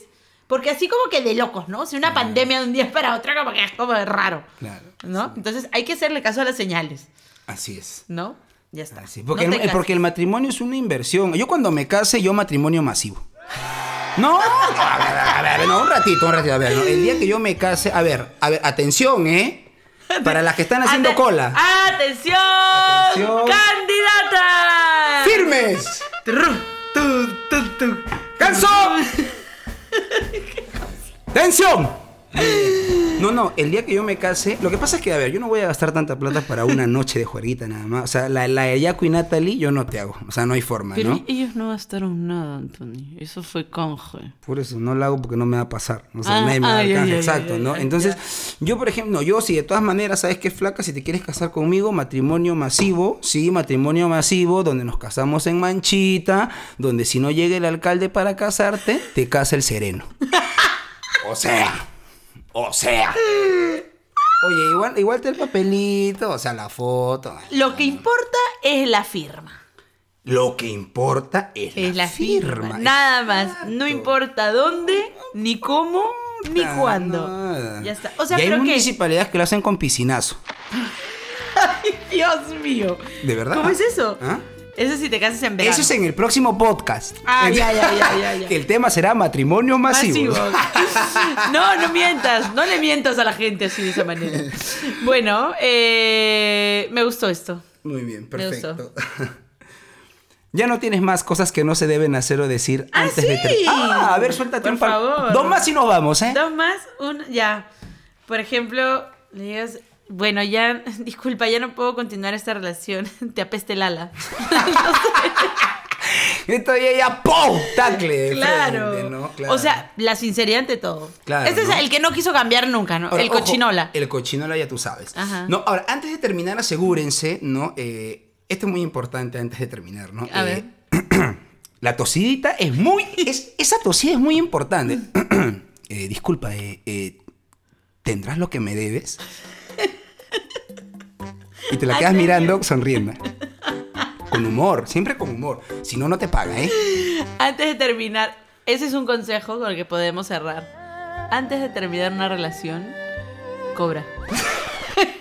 [SPEAKER 2] Porque así como que de locos, ¿no? Si una pandemia de un día para otro, como que es como de raro,
[SPEAKER 1] Claro.
[SPEAKER 2] ¿no? Entonces hay que hacerle caso a las señales,
[SPEAKER 1] Así es.
[SPEAKER 2] ¿no? Ya está.
[SPEAKER 1] Así es. Ah, Porque,
[SPEAKER 2] No te
[SPEAKER 1] el, eh,
[SPEAKER 2] cases.
[SPEAKER 1] porque el matrimonio es una inversión. Yo cuando me case, yo matrimonio masivo. No, no, a ver, a ver, a ver, no, un ratito, un ratito. A ver, no, el día que yo me case, a ver, a ver, atención, ¿eh? Para las que están haciendo
[SPEAKER 2] Ate-
[SPEAKER 1] cola.
[SPEAKER 2] ¡Atención!
[SPEAKER 1] Atención.
[SPEAKER 2] ¡Candidata!
[SPEAKER 1] ¡Firmes!
[SPEAKER 2] Tru, tu, tu, tu.
[SPEAKER 1] ¡Canso! ¡Tensión! No, no, el día que yo me case, lo que pasa es que, a ver, yo no voy a gastar tanta plata para una noche de jueguita nada más. O sea, la, la de Yaku y Natalie yo no te hago. O sea, no hay forma,
[SPEAKER 2] Pero
[SPEAKER 1] Ah, ¿no?
[SPEAKER 2] ellos no gastaron nada, Anthony. Eso fue canje.
[SPEAKER 1] Por eso, no lo hago porque no me va a pasar. O sea,
[SPEAKER 2] Ah,
[SPEAKER 1] nadie me va a
[SPEAKER 2] ay,
[SPEAKER 1] alcanzar.
[SPEAKER 2] ay, ay,
[SPEAKER 1] Exacto,
[SPEAKER 2] ay,
[SPEAKER 1] ¿no?
[SPEAKER 2] ay,
[SPEAKER 1] Entonces, yo, por ejemplo, no, yo si de todas maneras, ¿sabes qué, flaca? Si te quieres casar conmigo, matrimonio masivo, sí, matrimonio masivo, donde nos casamos en manchita, donde si no llega el alcalde para casarte, te casa el sereno. o sea, o sea. Oye, igual, igual te el papelito, o sea, la foto.
[SPEAKER 2] Lo que importa es la firma.
[SPEAKER 1] Lo que importa es,
[SPEAKER 2] Es
[SPEAKER 1] la,
[SPEAKER 2] la firma.
[SPEAKER 1] firma.
[SPEAKER 2] Nada más. No importa dónde, ni cómo, ni
[SPEAKER 1] Puta,
[SPEAKER 2] cuándo.
[SPEAKER 1] nada.
[SPEAKER 2] Ya está. O sea,
[SPEAKER 1] Y hay
[SPEAKER 2] creo que.
[SPEAKER 1] municipalidades que lo hacen con piscinazo.
[SPEAKER 2] Dios mío.
[SPEAKER 1] ¿De verdad?
[SPEAKER 2] ¿Cómo es eso?
[SPEAKER 1] ¿Ah?
[SPEAKER 2] Eso si te casas en verano.
[SPEAKER 1] Eso es en el próximo podcast.
[SPEAKER 2] Ah, ya, ya, ya, ya, ya.
[SPEAKER 1] El tema será matrimonio masivo.
[SPEAKER 2] Masivos. No, no mientas, no le mientas a la gente así de esa manera. Bueno, eh, me gustó esto.
[SPEAKER 1] Muy bien,
[SPEAKER 2] Me gustó.
[SPEAKER 1] perfecto. Ya no tienes más cosas que no se deben hacer o decir antes de
[SPEAKER 2] sí!
[SPEAKER 1] ter- Ah, a ver, suéltate
[SPEAKER 2] Por
[SPEAKER 1] un par.
[SPEAKER 2] favor.
[SPEAKER 1] Dos más y nos vamos, ¿eh?
[SPEAKER 2] Dos más, un, ya. Por ejemplo, le digas, bueno, ya, disculpa, ya no puedo continuar esta relación, te apeste el ala.
[SPEAKER 1] Esto ya, ya, ¡pum! Tacle. de
[SPEAKER 2] Claro.
[SPEAKER 1] frente, ¿no? Claro.
[SPEAKER 2] O sea, la sinceridad ante todo.
[SPEAKER 1] Claro,
[SPEAKER 2] este
[SPEAKER 1] ¿no?
[SPEAKER 2] es el que no quiso cambiar nunca, ¿no?
[SPEAKER 1] Ahora,
[SPEAKER 2] el
[SPEAKER 1] ojo,
[SPEAKER 2] cochinola.
[SPEAKER 1] el cochinola ya tú sabes.
[SPEAKER 2] Ajá.
[SPEAKER 1] No, ahora, antes de terminar, asegúrense, ¿no? Eh, esto es muy importante antes de terminar, ¿no?
[SPEAKER 2] A
[SPEAKER 1] Eh,
[SPEAKER 2] ver.
[SPEAKER 1] La tosidita es muy... es- esa tosida es muy importante. Eh, disculpa, eh, eh, ¿tendrás lo que me debes? Y te la quedas mirando sonriendo. Con humor, siempre con humor. Si no, no te paga, ¿eh?
[SPEAKER 2] Antes de terminar, ese es un consejo con el que podemos cerrar. Antes de terminar una relación, cobra.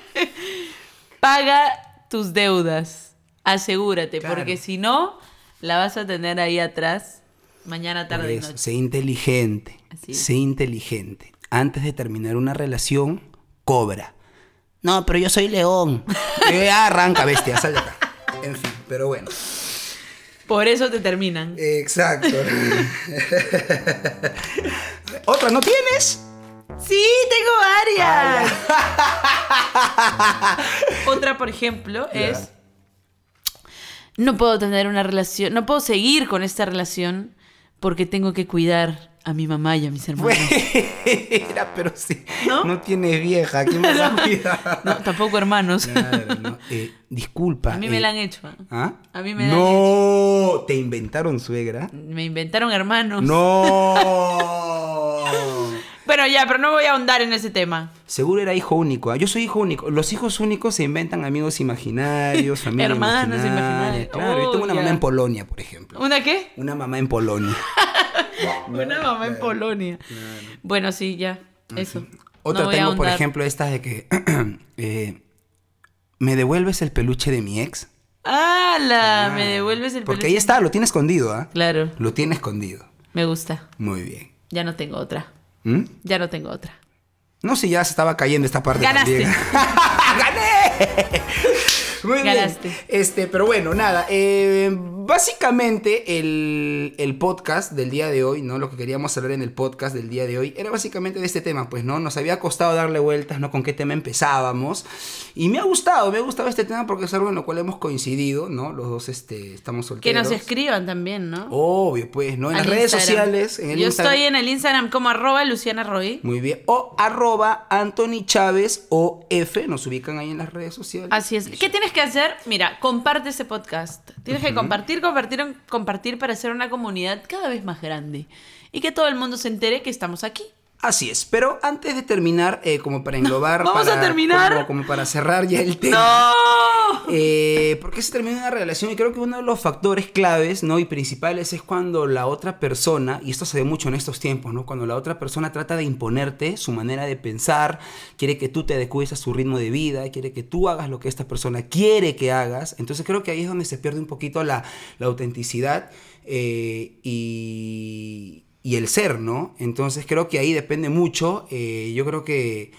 [SPEAKER 2] Paga tus deudas. Asegúrate,
[SPEAKER 1] Claro.
[SPEAKER 2] porque si no, la vas a tener ahí atrás mañana,
[SPEAKER 1] Por
[SPEAKER 2] tarde y
[SPEAKER 1] eso,
[SPEAKER 2] noche.
[SPEAKER 1] Pues, Sé inteligente.
[SPEAKER 2] Así es.
[SPEAKER 1] Sé inteligente. Antes de terminar una relación, cobra. No, pero yo soy león. Eh, arranca, bestia, sal de acá. En fin, pero bueno.
[SPEAKER 2] Por eso te terminan.
[SPEAKER 1] Exacto. ¿Otra no tienes?
[SPEAKER 2] Sí, tengo varias. Otra, por ejemplo, es no puedo tener una relación, no puedo seguir con esta relación porque tengo que cuidar a mi mamá y a mis hermanos.
[SPEAKER 1] Era, pero sí.
[SPEAKER 2] ¿No?
[SPEAKER 1] ¿No? tienes vieja, ¿quién me va a cuidar?
[SPEAKER 2] No, tampoco hermanos.
[SPEAKER 1] Claro, no. Eh, disculpa.
[SPEAKER 2] A mí
[SPEAKER 1] eh,
[SPEAKER 2] me la han hecho.
[SPEAKER 1] ¿Ah?
[SPEAKER 2] a mí me la
[SPEAKER 1] ¡No! ¿Te inventaron suegra?
[SPEAKER 2] Me inventaron hermanos.
[SPEAKER 1] ¡No!
[SPEAKER 2] Bueno, ya, pero no voy a ahondar en ese tema.
[SPEAKER 1] Seguro era hijo único. ¿ah? Yo soy hijo único. Los hijos únicos se inventan amigos imaginarios, familia
[SPEAKER 2] Hermanos
[SPEAKER 1] imaginaria.
[SPEAKER 2] imaginarios.
[SPEAKER 1] Claro, yo tengo una
[SPEAKER 2] Oh, ya.
[SPEAKER 1] mamá en Polonia, por ejemplo.
[SPEAKER 2] ¿Una qué?
[SPEAKER 1] Una mamá en Polonia.
[SPEAKER 2] Una mamá en Polonia. Bueno, sí, ya. Eso.
[SPEAKER 1] Otra
[SPEAKER 2] No voy a
[SPEAKER 1] tengo, por
[SPEAKER 2] ahondar.
[SPEAKER 1] ejemplo, estas de que... eh, ¿Me devuelves el peluche de mi ex?
[SPEAKER 2] ¡Hala! Ah, Me devuelves el
[SPEAKER 1] Ah, Porque
[SPEAKER 2] peluche.
[SPEAKER 1] ahí está, lo tiene escondido, ¿ah?
[SPEAKER 2] Claro,
[SPEAKER 1] Lo tiene escondido.
[SPEAKER 2] me gusta.
[SPEAKER 1] Muy bien.
[SPEAKER 2] Ya no tengo otra.
[SPEAKER 1] ¿Mm?
[SPEAKER 2] Ya no tengo otra.
[SPEAKER 1] No, si ya se estaba cayendo esta parte
[SPEAKER 2] Ganaste.
[SPEAKER 1] también. ¡Gané! Muy bien.
[SPEAKER 2] Ganaste.
[SPEAKER 1] Este, pero bueno, nada. eh, básicamente, el, el podcast del día de hoy, ¿no? Lo que queríamos hablar en el podcast del día de hoy era básicamente de este tema, pues, ¿no? Nos había costado darle vueltas, ¿no? Con qué tema empezábamos. Y me ha gustado, me ha gustado este tema porque es algo en lo cual hemos coincidido, ¿no? Los dos, este, estamos
[SPEAKER 2] Que
[SPEAKER 1] solteros.
[SPEAKER 2] nos escriban también, ¿no?
[SPEAKER 1] Obvio, pues, ¿no? En
[SPEAKER 2] Al
[SPEAKER 1] las redes
[SPEAKER 2] Instagram.
[SPEAKER 1] sociales, en el
[SPEAKER 2] Yo
[SPEAKER 1] Instagram.
[SPEAKER 2] estoy en el Instagram como arroba Luciana Roy.
[SPEAKER 1] Muy bien. O arroba Anthony Chávez o F. Nos ubican ahí en las redes sociales.
[SPEAKER 2] Así es. ¿Qué tienes que hacer? Mira, comparte ese podcast. Tienes que compartir, compartir, compartir para hacer una comunidad cada vez más grande. Y que todo el mundo se entere que estamos aquí.
[SPEAKER 1] Así es. Pero antes de terminar, eh, como para englobar.
[SPEAKER 2] ¿Vamos
[SPEAKER 1] para-
[SPEAKER 2] a terminar?
[SPEAKER 1] Como, como para cerrar ya el tema.
[SPEAKER 2] ¡No!
[SPEAKER 1] Eh, porque se termina una relación y creo que uno de los factores claves ¿no? y principales es cuando la otra persona, y esto se ve mucho en estos tiempos, ¿no? cuando la otra persona trata de imponerte su manera de pensar, quiere que tú te adecues a su ritmo de vida, quiere que tú hagas lo que esta persona quiere que hagas, entonces creo que ahí es donde se pierde un poquito la, la autenticidad eh, y, y el ser, ¿no? Entonces creo que ahí depende mucho, eh, yo creo que...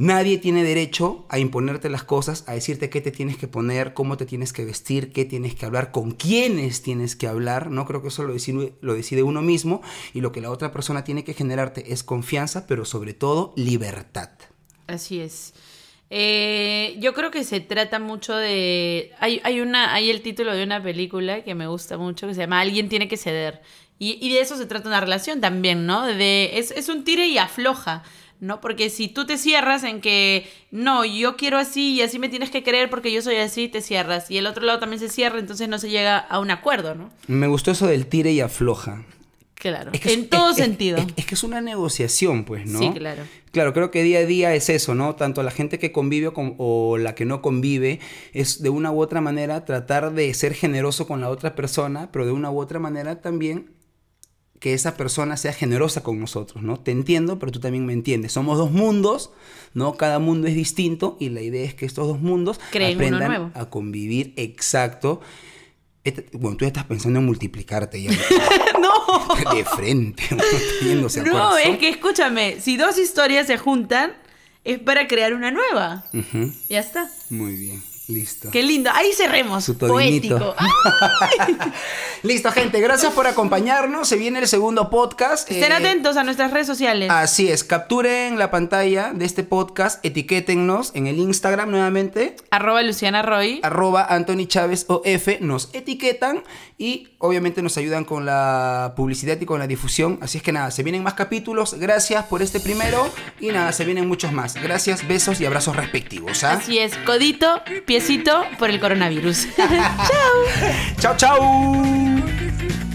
[SPEAKER 1] Nadie tiene derecho a imponerte las cosas, a decirte qué te tienes que poner, cómo te tienes que vestir, qué tienes que hablar, con quiénes tienes que hablar. No creo que eso lo decide, lo decide uno mismo y lo que la otra persona tiene que generarte es confianza, pero sobre todo libertad.
[SPEAKER 2] Así es. Eh, yo creo que se trata mucho de. Hay, hay una, hay el título de una película que me gusta mucho que se llama Alguien tiene que ceder. Y, y de eso se trata una relación también, ¿no? De, es, es un tire y afloja, ¿no? Porque si tú te cierras en que no, yo quiero así y así me tienes que creer porque yo soy así, te cierras. Y el otro lado también se cierra, entonces no se llega a un acuerdo, ¿no?
[SPEAKER 1] Me gustó eso del tire y afloja.
[SPEAKER 2] Claro.
[SPEAKER 1] Es que es-
[SPEAKER 2] en todo
[SPEAKER 1] es- es-
[SPEAKER 2] sentido.
[SPEAKER 1] Es, es que es una negociación, pues, ¿no?
[SPEAKER 2] Sí, claro.
[SPEAKER 1] Claro, creo que día a día es eso, ¿no? Tanto la gente que convive con- o la que no convive, es de una u otra manera tratar de ser generoso con la otra persona, pero de una u otra manera también que esa persona sea generosa con nosotros, ¿no? Te entiendo, pero tú también me entiendes. Somos dos mundos, ¿no? Cada mundo es distinto y la idea es que estos dos mundos
[SPEAKER 2] Creen uno
[SPEAKER 1] aprendan
[SPEAKER 2] nuevo.
[SPEAKER 1] a convivir exacto. Este- bueno, tú ya estás pensando en multiplicarte ya.
[SPEAKER 2] ¡No!
[SPEAKER 1] de frente, uno yéndose al
[SPEAKER 2] No,
[SPEAKER 1] corazón.
[SPEAKER 2] es que escúchame, si dos historias se juntan, es para crear una nueva.
[SPEAKER 1] Ujú,
[SPEAKER 2] Ya está.
[SPEAKER 1] Muy bien, listo.
[SPEAKER 2] Qué lindo. Ahí cerremos.
[SPEAKER 1] Su todinito.
[SPEAKER 2] Poético. Ah, ¡Ay!
[SPEAKER 1] Listo, gente, gracias por acompañarnos. Se viene el segundo podcast.
[SPEAKER 2] Estén
[SPEAKER 1] Eh,
[SPEAKER 2] atentos a nuestras redes sociales.
[SPEAKER 1] Así es, capturen la pantalla de este podcast, etiquétennos en el Instagram nuevamente,
[SPEAKER 2] Arroba Luciana Roy.
[SPEAKER 1] arroba Anthony Chávez OF, nos etiquetan y obviamente nos ayudan con la publicidad y con la difusión. Así es que nada, se vienen más capítulos, gracias por este primero y nada, se vienen muchos más. Gracias, besos y abrazos respectivos. ¿ah?
[SPEAKER 2] Así es, codito, piecito por el coronavirus.
[SPEAKER 1] Chao, chao.
[SPEAKER 3] Porque si